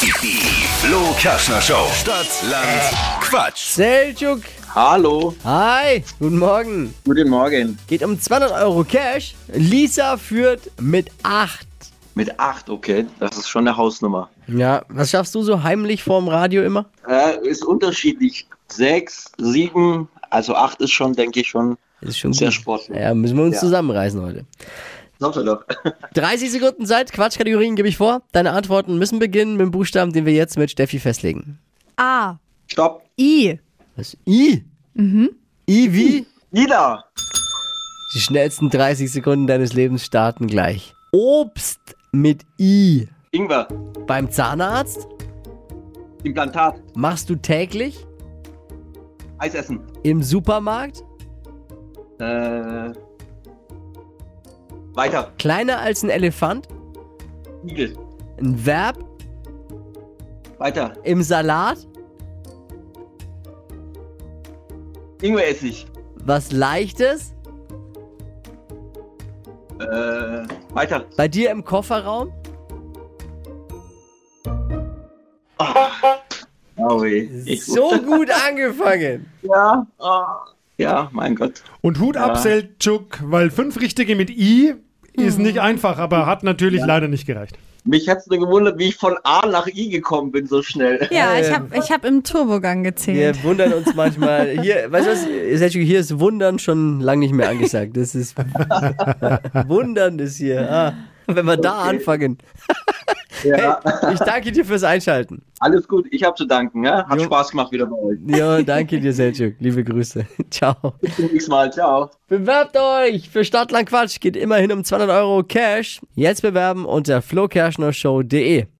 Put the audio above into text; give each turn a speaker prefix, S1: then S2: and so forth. S1: Die Flo Kaschner Show. Stadt, Land, Quatsch.
S2: Seljuk,
S3: Hallo,
S2: hi, guten Morgen.
S3: guten Morgen.
S2: Geht um 200 Euro Cash. Lisa führt mit 8.
S3: Mit 8, okay, das ist schon eine Hausnummer.
S2: Ja, was schaffst du so heimlich vorm Radio immer?
S3: Äh, ist unterschiedlich. 6, 7, also 8 ist schon, denke ich, schon
S2: Ist schon
S3: sehr
S2: gut.
S3: sportlich.
S2: Ja, müssen wir uns
S3: Ja.
S2: zusammenreißen heute.
S3: Sag doch doch.
S2: 30 Sekunden Zeit, Quatschkategorien gebe ich vor. Deine Antworten müssen beginnen mit dem Buchstaben, den wir jetzt mit Steffi festlegen.
S4: A.
S3: Stopp.
S4: I.
S2: Das I. Mhm. I wie?
S3: Nieder.
S2: Die schnellsten 30 Sekunden deines Lebens starten gleich. Obst mit I.
S3: Ingwer.
S2: Beim Zahnarzt
S3: Implantat.
S2: machst du täglich
S3: Eis essen.
S2: im Supermarkt
S3: Äh, weiter.
S2: kleiner als ein Elefant,
S3: Igel.
S2: ein Verb
S3: Weiter.
S2: im Salat,
S3: Ingweressig.
S2: was leichtes,
S3: Äh, weiter.
S2: bei dir im Kofferraum,
S3: Oh, weh.
S2: so gut angefangen.
S3: Ja. ah. ja, mein Gott.
S5: Und Hut ab, Seltschuk, weil fünf Richtige mit I ist nicht einfach, aber hat natürlich leider nicht gereicht.
S3: Mich hat's nur gewundert, wie ich von A nach I gekommen bin so schnell.
S4: Ja, ich habe ich hab im Turbogang gezählt.
S2: Wir wundern uns manchmal. Hier, weißt du was, Sergio, hier ist Wundern schon lange nicht mehr angesagt. Das ist Wundern ist hier. Ah, wenn wir da anfangen.
S3: Ja.
S2: Hey, ich danke dir fürs Einschalten.
S3: Alles gut, ich habe zu danken. Ja? Hat
S2: Jo.
S3: Spaß gemacht wieder bei euch.
S2: Ja, danke dir, Seljuk. Liebe Grüße. Ciao.
S3: Bis zum nächsten Mal. Ciao.
S2: Bewerbt euch für Stadtland Quatsch. Geht immerhin um 200 Euro Cash. Jetzt bewerben unter flokerschnershow.de.